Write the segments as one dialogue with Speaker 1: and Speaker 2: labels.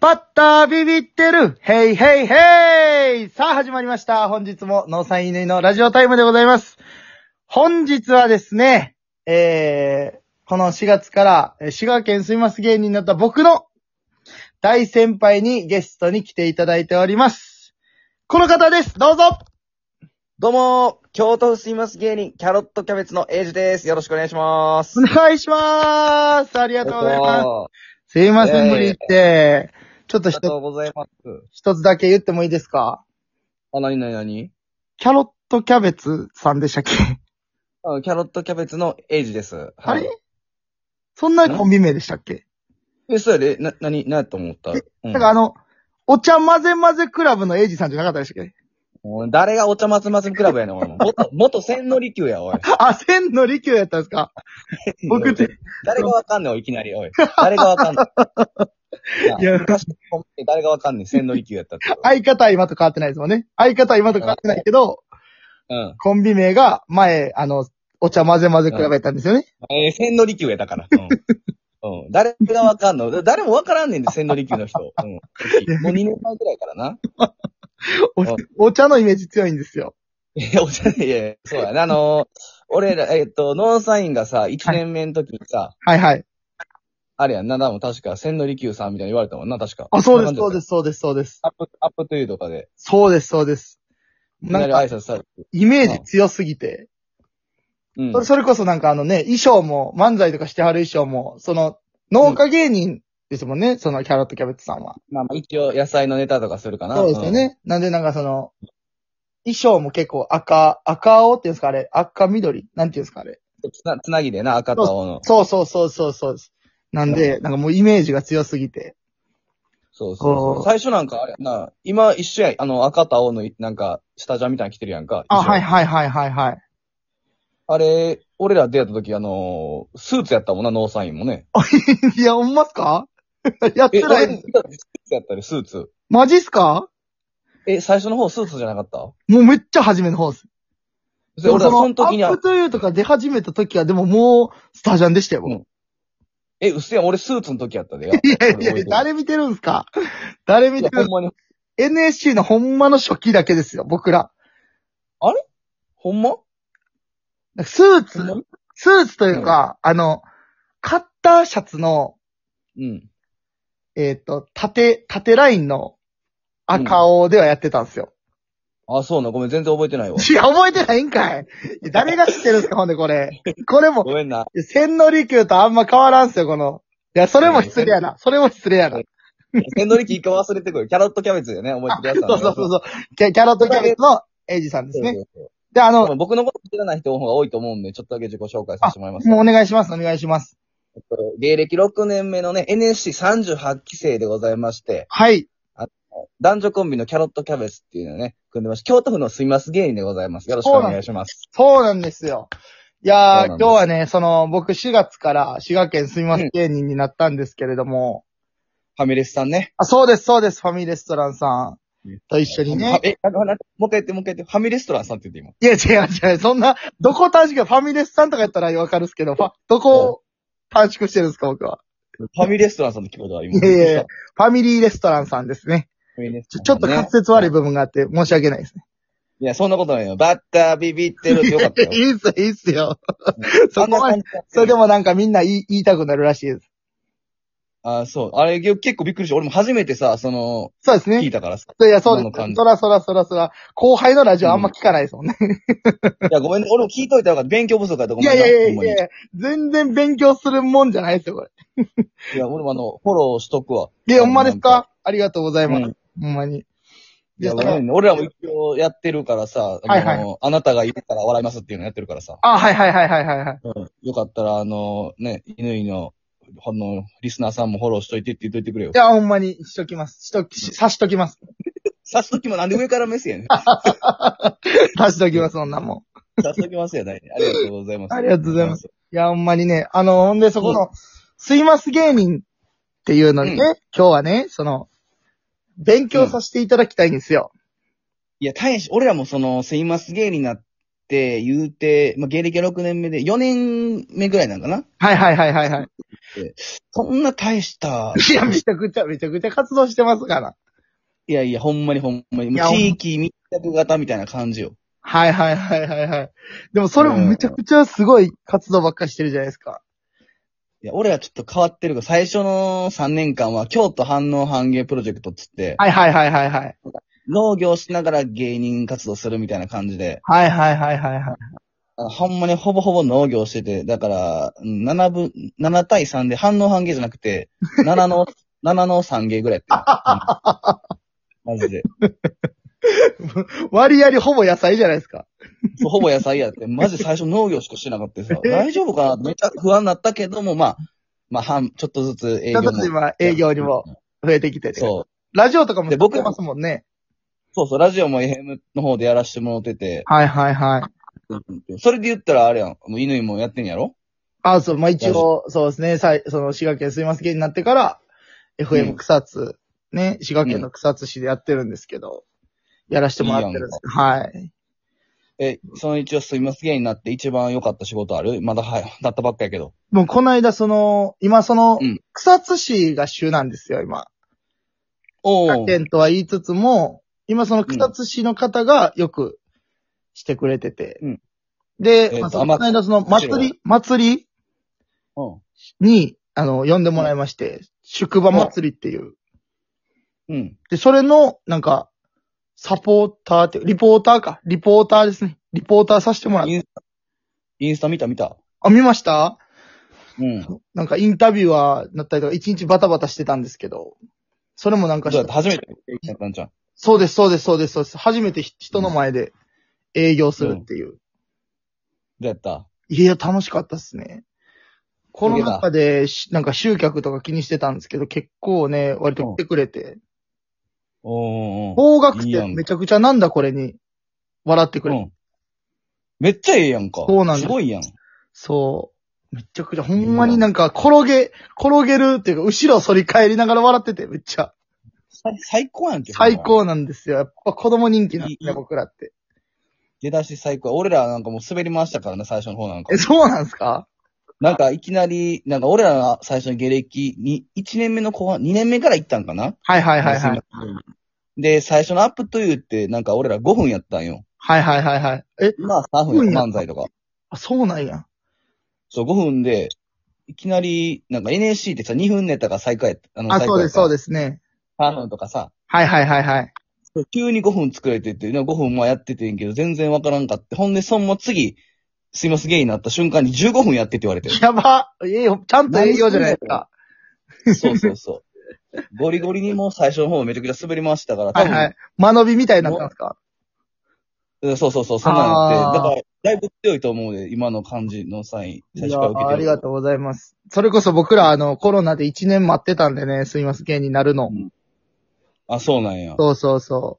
Speaker 1: パッタービビってるヘイヘイヘイさあ始まりました。本日も農産犬のラジオタイムでございます。本日はですね、えー、この4月からえー滋賀県すいます芸人になった僕の大先輩にゲストに来ていただいております。この方ですどうぞ
Speaker 2: どうもー、京都府すいます芸人、キャロットキャベツのエイジです。よろしくお願いします。
Speaker 1: お願いしますあり
Speaker 2: あ
Speaker 1: がとうございます。
Speaker 2: あ
Speaker 1: すいません、無理言って。ちょっと
Speaker 2: りがと
Speaker 1: 一つ
Speaker 2: うございます。
Speaker 1: 一つだけ言ってもいいですか
Speaker 2: あ、なになになに
Speaker 1: キャロットキャベツさんでしたっけ、
Speaker 2: あキャロットキャベツのエイジです。はい、
Speaker 1: あれそんなコンビ名でしたっけ
Speaker 2: え、そうやで、な、なに、なやと思った。う
Speaker 1: だ
Speaker 2: ん
Speaker 1: からあの、お茶混ぜ混ぜクラブのエイジさんじゃなかったでしたっけ
Speaker 2: もう誰がお茶松松クラブやねん、お前も。元、元千利休や、おい。
Speaker 1: あ、千の利休やったんですか 僕って。
Speaker 2: 誰がわかんねん、おい、いきなり、おい。誰がわかんねん。
Speaker 1: いや
Speaker 2: 昔の 誰がわかんねん、千利休やったって。
Speaker 1: 相方は今と変わってないですもんね。相方は今と変わってないけど、
Speaker 2: うん。
Speaker 1: コンビ名が前、あの、お茶混ぜ混ぜクラブやったんですよね。
Speaker 2: えー、千利休やだから。うん。うん、誰がわかんのだ誰もわからんねんで、千利休の人。 うん。もう2年前くらいからな。
Speaker 1: お
Speaker 2: うん
Speaker 1: お茶のイメージ強いんですよ。
Speaker 2: いや、おじゃねえや、そうやな。あのー俺ら、えっと、ノンサインがさ、1年目の時にさ、
Speaker 1: はいはい。
Speaker 2: あれやんな、でも確か、千利休さんみたいに言われたもんな、確か。。
Speaker 1: あ、そうです、そうですす、そうです、そうです。
Speaker 2: アップ、アップトゥーとかで、
Speaker 1: そうです、そうです。
Speaker 2: いきな
Speaker 1: なん
Speaker 2: り
Speaker 1: か、
Speaker 2: 挨拶されて。
Speaker 1: イメージ強すぎて。
Speaker 2: うん
Speaker 1: それそれこそなんかあのね、衣装も、漫才とかしてはる衣装も、その、農家芸人ですもんね、そのキャロットキャベツさんは。
Speaker 2: まあまあ、一応、野菜のネタとかするかな。
Speaker 1: そうですよね。なんでなんかその、衣装も結構赤、赤青っていうんですかあれ赤緑なんていうんですかあれ
Speaker 2: うん。つな、つなぎでな、赤と青の。
Speaker 1: そうそうそうそうそうです。なんで、なんかもうイメージが強すぎて。
Speaker 2: そうそう
Speaker 1: お
Speaker 2: そ
Speaker 1: ー
Speaker 2: う。最初なんか、あれやな、今一緒やん、あの、赤と青の、なんか、下ジャンみたいに着てるやんか。
Speaker 1: あ、
Speaker 2: 一緒
Speaker 1: はいはいはいはいはい。
Speaker 2: あれ、俺ら出会った時、あのースーツやったもんな、ノーサインもね。
Speaker 1: いや、ほんますか やって
Speaker 2: え、
Speaker 1: な
Speaker 2: 俺
Speaker 1: い。
Speaker 2: 見た時スーツやったで、スーツ。
Speaker 1: マジっすか
Speaker 2: え、最初の方スーツじゃなかった
Speaker 1: もうめっちゃ初めの方です。
Speaker 2: で、俺らその時に
Speaker 1: ア
Speaker 2: は
Speaker 1: ップ、トゥーユーとか出始めた時は、でももう、スタジャンでしたよ、僕
Speaker 2: うんえ、うっせやん、俺スーツの時やったで。
Speaker 1: いやいやいや、誰見てるんすか誰見
Speaker 2: 見
Speaker 1: て
Speaker 2: て
Speaker 1: る
Speaker 2: ほんまに、
Speaker 1: ?NSC のほんまの初期だけですよ、僕ら。
Speaker 2: ほんま
Speaker 1: スー
Speaker 2: ほんま
Speaker 1: ツ、スーツというか、あの、カッターシャツの、
Speaker 2: うん。
Speaker 1: えっ、と、縦、縦ラインの赤青ではやってたんですよ。
Speaker 2: あ、そうな、ごめん、全然覚えてないわ。
Speaker 1: いや、覚えてないんかいいや誰が知ってるんすか、ほんでこれ。これも
Speaker 2: ご、めんな。
Speaker 1: 千利休とあんま変わらんすよ、この。いや、それも失礼やな。それも失礼やな。
Speaker 2: 千利休一回忘れてこい。キャロットキャベツだよね、覚えてください。
Speaker 1: そうそうそうそう。キャキャロットキャベツのエイジさんですね。で、あの、
Speaker 2: そう僕のこと知らない人の方が多いと思うんで、ちょっとだけ自己紹介させてもらいます。
Speaker 1: もうお願いします、お願いします。
Speaker 2: えっと芸歴6年目のね、NSC38 期生でございまして、
Speaker 1: はい。
Speaker 2: 男女コンビのキャロットキャベツっていうのをね、組んでまして、京都府のすみます芸人でございます。よろしくお願いします。
Speaker 1: そうなんですよ。いやー、今
Speaker 2: そ
Speaker 1: 日
Speaker 2: うなんです
Speaker 1: はね、その、僕4月から滋賀県すみません芸人になったんですけれども、
Speaker 2: ファミレスさんね。
Speaker 1: あ、そうです、そうです、ファミレストランさんと一緒にね。
Speaker 2: え、あの、なんてもう一回言って、もう一回言って、ファミレストランさんって言って
Speaker 1: いや、違う違う、そんな、どこ短縮、ファミレスさんとかやったらわかるっすけど、ファどこ短縮してるんですか、僕は。
Speaker 2: 今。ファミレストランさんって聞くことあり
Speaker 1: い
Speaker 2: ます
Speaker 1: やいやいや、ファミリーレストランさんですね。ちょちょっと滑舌悪い
Speaker 2: い。
Speaker 1: 部分があって申し訳ないですね。
Speaker 2: いや、そんなことないよ。バッタービビってるってよかったよ
Speaker 1: い。いっすよ、いいっすよ。そ
Speaker 2: あんな
Speaker 1: こまで
Speaker 2: 感じだったよ
Speaker 1: それでもなんかみんな言い言いたくなるらしいです。
Speaker 2: あ、そう。あれ、結構びっくりした。俺も初めてさ、その、
Speaker 1: そうですね。
Speaker 2: 聞いたからさ。
Speaker 1: いや、そう
Speaker 2: 今の
Speaker 1: で
Speaker 2: 感
Speaker 1: す。
Speaker 2: じ
Speaker 1: そらそらそらそら。後輩のラジオあんま聞かないですもんね。
Speaker 2: いや、ごめんね。俺も聞いといたらよかった。勉強不足やとご
Speaker 1: い
Speaker 2: めん
Speaker 1: や
Speaker 2: ない
Speaker 1: や
Speaker 2: ほ
Speaker 1: い
Speaker 2: んま
Speaker 1: や
Speaker 2: に
Speaker 1: いや全然勉強するもんじゃないですよ、これ。
Speaker 2: いや、俺もあの、フォローしとくわ。
Speaker 1: いや、ほんまです
Speaker 2: なん
Speaker 1: かありがとうございます。
Speaker 2: うん
Speaker 1: ほんまに。
Speaker 2: い
Speaker 1: で
Speaker 2: や、
Speaker 1: そ
Speaker 2: ごめ
Speaker 1: の
Speaker 2: んね。俺らも一応やってるからさ、あの、
Speaker 1: はいは
Speaker 2: あなたがいるから笑いますっていうのやってるからさ。
Speaker 1: あ、はいはいはいはいはいはい。
Speaker 2: うん。よかったら、あの、ね、犬井の、ほんの、リスナーさんもフォローしといてって言っといてくれよ
Speaker 1: い。や、ほんまにしときます。しとき、し刺しとき ます。
Speaker 2: 刺すときもなんで上から目線やねん。
Speaker 1: 刺しときます、そんなも
Speaker 2: 刺すときますよね。ありがとうございます。。
Speaker 1: ありがとうございますん。いや、ほんまにね、あの、ほんでそこの、すいます芸人っていうのにね、
Speaker 2: う
Speaker 1: 今日はね、その、勉強させていただきたいんですよ。
Speaker 2: いや、大変し、俺らもその、すいます芸人になっって言うて、まあ、芸歴は6年目で、4年目ぐらいなんかな
Speaker 1: はいはいはいはいはい。
Speaker 2: そんな大した、
Speaker 1: いや、めちゃくちゃ、めちゃくちゃ活動してますから。
Speaker 2: いやいや、ほんまにほんまに、
Speaker 1: い
Speaker 2: も
Speaker 1: や
Speaker 2: う地域密着型みたいな感じよ。
Speaker 1: はいはいはいはいはい。でもそれもめちゃくちゃすごい活動ばっかりしてるじゃないですか。
Speaker 2: いや、俺はちょっと変わってるから、最初の3年間は、京都反応反芸プロジェクトっつって、
Speaker 1: はいはいはいはいはい。
Speaker 2: 農業しながら芸人活動するみたいな感じで、
Speaker 1: はいはいはいはいはい。
Speaker 2: あのほんまにほぼほぼ農業してて、だから、うん7分、7対3で反応半芸じゃな くて、7の、7の3芸ぐらいやってる。うんマジで。
Speaker 1: 割りありほぼ野菜じゃないですか。
Speaker 2: そうほぼ野菜やって、マジで最初農業しかしてなかったさ、大丈夫かなめっちゃ不安になったけども、まあ、まあ、半、ちょっとずつ営
Speaker 1: ちょ
Speaker 2: 業
Speaker 1: っ
Speaker 2: も
Speaker 1: と。ずつ今営業にも増えてきてて。
Speaker 2: そう。
Speaker 1: ラジオとかも
Speaker 2: で僕
Speaker 1: やってますもんね。
Speaker 2: そうそう、ラジオも FM の方でやらせてもらってて、
Speaker 1: はいはいはい。
Speaker 2: それで言ったらあれやん、もう犬もやってんやろ
Speaker 1: あ、そう、まあ、一応、そうですね、さい、その、滋賀県水増県になってから、FM 草津、ね、滋賀県の草津市でやってるんですけど、やらせてもらってるんですけど、はい。
Speaker 2: え、その一応すみます芸になって一番良かった仕事あるまだはい、なったばっかやけど。
Speaker 1: もう、この間、その、今、その
Speaker 2: うん、
Speaker 1: 草津市が州なんですよ、今。
Speaker 2: お
Speaker 1: 滋賀
Speaker 2: お。
Speaker 1: 県とは言いつつも、今、その草津市の方がよくしてくれてて。
Speaker 2: うん
Speaker 1: で、
Speaker 2: えー
Speaker 1: まあ、
Speaker 2: と
Speaker 1: そのこの間、その、
Speaker 2: 天草
Speaker 1: 祭り、祭り
Speaker 2: うん
Speaker 1: に、あの、呼んでもらいまして、宿場祭りっていう、
Speaker 2: うん。
Speaker 1: で、それの、なんか、サポーターって、リポーターか。リポーターですね。リポーターさせてもらっ
Speaker 2: イ
Speaker 1: た。
Speaker 2: ンスタ、インスタ見た見た。
Speaker 1: あ、見ました
Speaker 2: うん。ど
Speaker 1: なんかインタビュアーなったりとか、一日バタバタしてたんですけど、それもなんか
Speaker 2: う
Speaker 1: し
Speaker 2: やって
Speaker 1: た
Speaker 2: 初めてやったんじゃん。
Speaker 1: そうです、そうです、そうです、そうです。初めてひ人の前で営業するっていう。
Speaker 2: どうやった
Speaker 1: いや、楽しかったですね。この
Speaker 2: すげえな
Speaker 1: 中でし、なんか集客とか気にしてたんですけど、結構ね、割と来てくれて、
Speaker 2: おーおー
Speaker 1: 高額
Speaker 2: いいやん
Speaker 1: 点めちゃくちゃなんだこれに、笑ってく
Speaker 2: おー
Speaker 1: れ
Speaker 2: う
Speaker 1: て、
Speaker 2: ん。めっちゃええやんか。
Speaker 1: そうなんです
Speaker 2: すごいやん。
Speaker 1: そう。めちゃくちゃ、ほんまになんか、転げ、転げるっていうか、後ろ反り返りながら笑ってて、めっちゃ。
Speaker 2: 最最高やんけ。
Speaker 1: 最
Speaker 2: ほんま。
Speaker 1: 高なんですよ。やっぱ子供人気なんで
Speaker 2: い
Speaker 1: すね、
Speaker 2: い
Speaker 1: 僕らって。
Speaker 2: 出だし最高。俺らなんかもう滑り回したからな、最初の方なんか
Speaker 1: え、。そうなんですか
Speaker 2: なんかいきなり、なんか俺らが最初の下歴に、1年目の後半、2年目から行ったんかな
Speaker 1: はいはいはいはい。
Speaker 2: で、最初のアップトゥーって、なんか俺ら5分やったんよ。
Speaker 1: はいはいはいはい。え、
Speaker 2: まあ3
Speaker 1: う
Speaker 2: 分
Speaker 1: ん
Speaker 2: や漫才とか。
Speaker 1: あ、そうなんや。
Speaker 2: そう、5分で、いきなり、なんか NSC ってさ、2分ネタが最下やった。あ
Speaker 1: あ、そうですそう
Speaker 2: です。
Speaker 1: ですね。
Speaker 2: 3分とかさ、
Speaker 1: はいはいはいはい。
Speaker 2: 急に5分作れてって、5分もやっててんけど、全然わからんかって。ほんで、そんも次、すいませんゲイになった瞬間に15分やってって言われて
Speaker 1: やば。え、ちゃんと営業じゃないですか。
Speaker 2: そうそうそう。ゴリゴリにもう最初の方めちゃくちゃ滑り回してたから、
Speaker 1: はいはい。間延びみたいになったんですか
Speaker 2: うんそうそうそう、そんなんや
Speaker 1: あ
Speaker 2: っ
Speaker 1: ー
Speaker 2: て。だから、だいぶ強いと思うで、今の感じのサイン、
Speaker 1: いや
Speaker 2: 最初から受け
Speaker 1: あ
Speaker 2: てる。
Speaker 1: りがとうございます。それこそ僕ら、あの、コロナで1年待ってたんでね、すいません、芸人になるの。
Speaker 2: あ、そうなんや。
Speaker 1: そうそうそ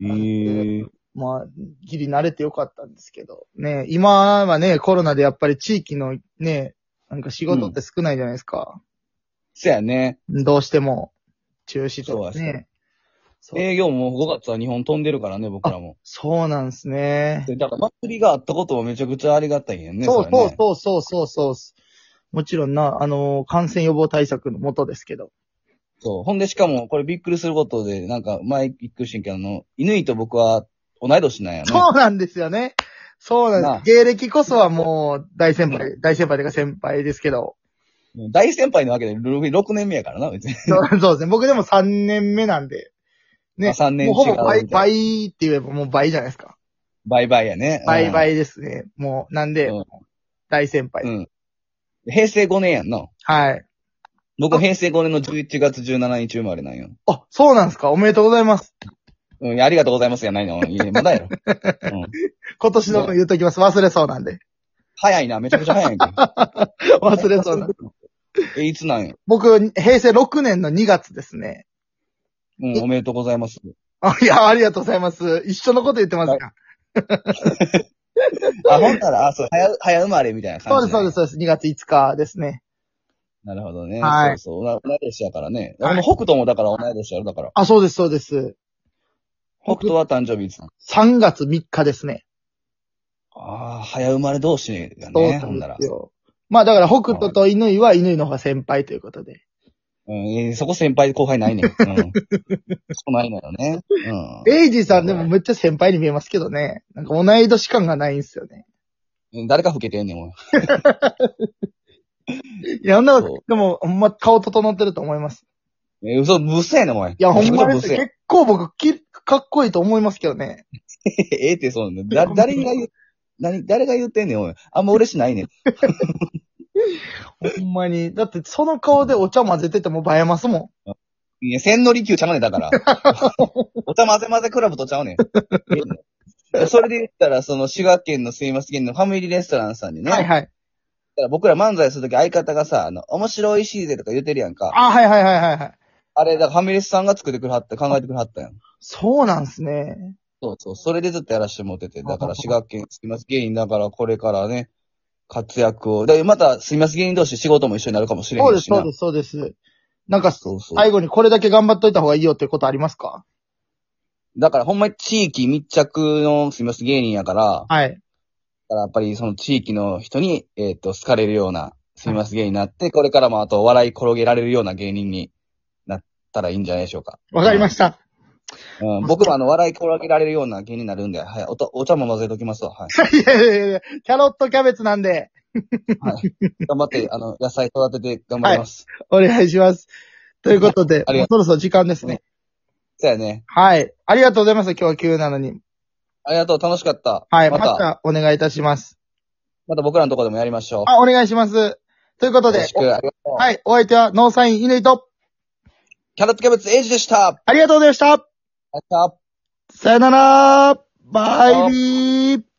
Speaker 1: う。
Speaker 2: へえ。
Speaker 1: まあ、ギリ慣れてよかったんですけど。ね今はね、コロナでやっぱり地域のね、なんか仕事って少ないじゃないですか。
Speaker 2: そやね。
Speaker 1: どうしても、中止とか
Speaker 2: そうや
Speaker 1: ね。そう,、
Speaker 2: 営業も5月は日本飛んでるからね、僕らも。
Speaker 1: そうなんですね。
Speaker 2: でだから祭りがあったこともめちゃくちゃありがたいやんね。
Speaker 1: そう
Speaker 2: れ
Speaker 1: そう
Speaker 2: ね
Speaker 1: そうそうそうそう。もちろんな、あのー感染予防対策のもとですけど。
Speaker 2: そう。ほんで、しかも、これびっくりすることで、なんか、前びっくりしてんけど、あの、犬と僕は同い年なんやね。
Speaker 1: そうなんですよね。そうな
Speaker 2: なんあ
Speaker 1: です。芸歴こそはもう、大先輩、大先輩というか先輩ですけど。
Speaker 2: 大先輩なわけで、6年目やからな、別に。
Speaker 1: そうそうですね。僕でも3年目なんで。ね
Speaker 2: 3年
Speaker 1: もう
Speaker 2: 違
Speaker 1: ほ
Speaker 2: うみた
Speaker 1: ぼ
Speaker 2: い
Speaker 1: 倍、
Speaker 2: な。
Speaker 1: 倍って言えばもう倍じゃないですか。
Speaker 2: 倍倍やね。
Speaker 1: バイバ
Speaker 2: イ。
Speaker 1: イですね。もう、なんで、
Speaker 2: うん
Speaker 1: 大先輩、
Speaker 2: うん。平成5年やんな。
Speaker 1: はい。
Speaker 2: 僕、平成5年の11月17日生まれなんよ。
Speaker 1: あ、そうなんですかおめでとうございます。
Speaker 2: うん、いやありがとうございますやないの。いやまだやろ。 うん。
Speaker 1: 今年の言うときます。忘れそうなんで。
Speaker 2: 早いな、めちゃくちゃ早いんか。
Speaker 1: 忘れそうなんで。
Speaker 2: え、いつなんよ。
Speaker 1: 僕、平成6年の2月ですね。
Speaker 2: うん、おめでとうございます。
Speaker 1: あ、いや、ありがとうございます。一緒のこと言ってますか。
Speaker 2: あ、ほんなら、あ、そう、早、早生まれみたいな
Speaker 1: そう
Speaker 2: 感
Speaker 1: です、
Speaker 2: じ。
Speaker 1: そうです、。そうです。2月5日ですね。
Speaker 2: なるほどね。
Speaker 1: はい
Speaker 2: そうそう。同い年やからね。
Speaker 1: はい
Speaker 2: あの、北斗もだから同い年やろ、だから。
Speaker 1: あ、そうです、そうです。
Speaker 2: 北斗は誕生日いつなの
Speaker 1: 3月3日ですね。
Speaker 2: 早生まれ同士が
Speaker 1: そう
Speaker 2: ね、
Speaker 1: な
Speaker 2: ほ
Speaker 1: ん
Speaker 2: んだら
Speaker 1: で。すよ。まあだから、北斗と犬は犬の方が先輩ということで。
Speaker 2: うん、えーそこ先輩後 輩ないねん。うん。そこないのよね。うん
Speaker 1: エイジさんでもめっちゃ先輩に見えますけどね。なんか同い年感がないんですよね。
Speaker 2: うん。誰か老けてんねん、もう。
Speaker 1: いや、そんなこと
Speaker 2: そう
Speaker 1: でも、ほんま顔整ってると思います。
Speaker 2: えー嘘、ブスやねん、お前。
Speaker 1: いや、ほんま
Speaker 2: 嘘
Speaker 1: で
Speaker 2: ブ
Speaker 1: す。
Speaker 2: スや。
Speaker 1: 結構僕、きかっこいいと思いますけどね。
Speaker 2: ええって、そうね。だ、誰が言う、何、誰が言ってんねん、おい。あんま嬉しないねん。
Speaker 1: ほんまに。だって、その顔でお茶混ぜてても映えますもん。
Speaker 2: いや、千利休ちゃうねん、だから。 お茶混ぜ混ぜクラブとちゃうねん。ええねんそれで言ったら、その、滋賀県のすいませんのファミリーレストランさんにね、
Speaker 1: はいはい。
Speaker 2: だから僕ら漫才するとき相方がさ、あの、面白いしいぜとか言ってるやんか。
Speaker 1: あ、はいはいはいはいはい。
Speaker 2: あれ、だからファミレスさんが作ってくれはった、考えてくれはったやん。
Speaker 1: そうなんすね。
Speaker 2: そうそう、それでずっとやらしてもってて、だから滋賀県すいません芸人だからこれからね、活躍を。で、またすいません芸人同士仕事も一緒になるかもしれ
Speaker 1: そ
Speaker 2: へ
Speaker 1: うんです、
Speaker 2: しな。
Speaker 1: そうです、そうです。なんか、
Speaker 2: そうそう。
Speaker 1: 最後にこれだけ頑張っといた方がいいよってことありますか
Speaker 2: だからほんまに地域密着のすいません芸人やから、だか
Speaker 1: はい。
Speaker 2: らやっぱりその地域の人に、えっ、と、好かれるようなすいません芸人になって、これからもあと笑い転げられるような芸人になったらいいんじゃないでしょうか。
Speaker 1: わかりました。
Speaker 2: うん、僕もあの、笑い転げられるような芸人になるんで、はい、おとお茶も混ぜときますわ。はい。
Speaker 1: いやいやいやいや、キャロットキャベツなんで、
Speaker 2: 頑張って、あの、野菜育てて頑張ります。
Speaker 1: お願いします。ということで、
Speaker 2: あり
Speaker 1: もう
Speaker 2: が
Speaker 1: そろそろ時間ですね。
Speaker 2: そうやね。
Speaker 1: はい。ありがとうございます、今日は急なのに。
Speaker 2: ありがとう、楽しかった。
Speaker 1: はい。
Speaker 2: ま
Speaker 1: ま
Speaker 2: た、
Speaker 1: たお願いいたします。
Speaker 2: また僕らのとこでもやりましょう。
Speaker 1: あ、お願いします。ということ
Speaker 2: よろ
Speaker 1: で
Speaker 2: し、く、ありがとう。
Speaker 1: はい。お相手は、ノーサイン、イネイト。
Speaker 2: キャロットキャベツエイジでした。あり
Speaker 1: ありがとうございました。
Speaker 2: がとう。
Speaker 1: さよなら。バイビー。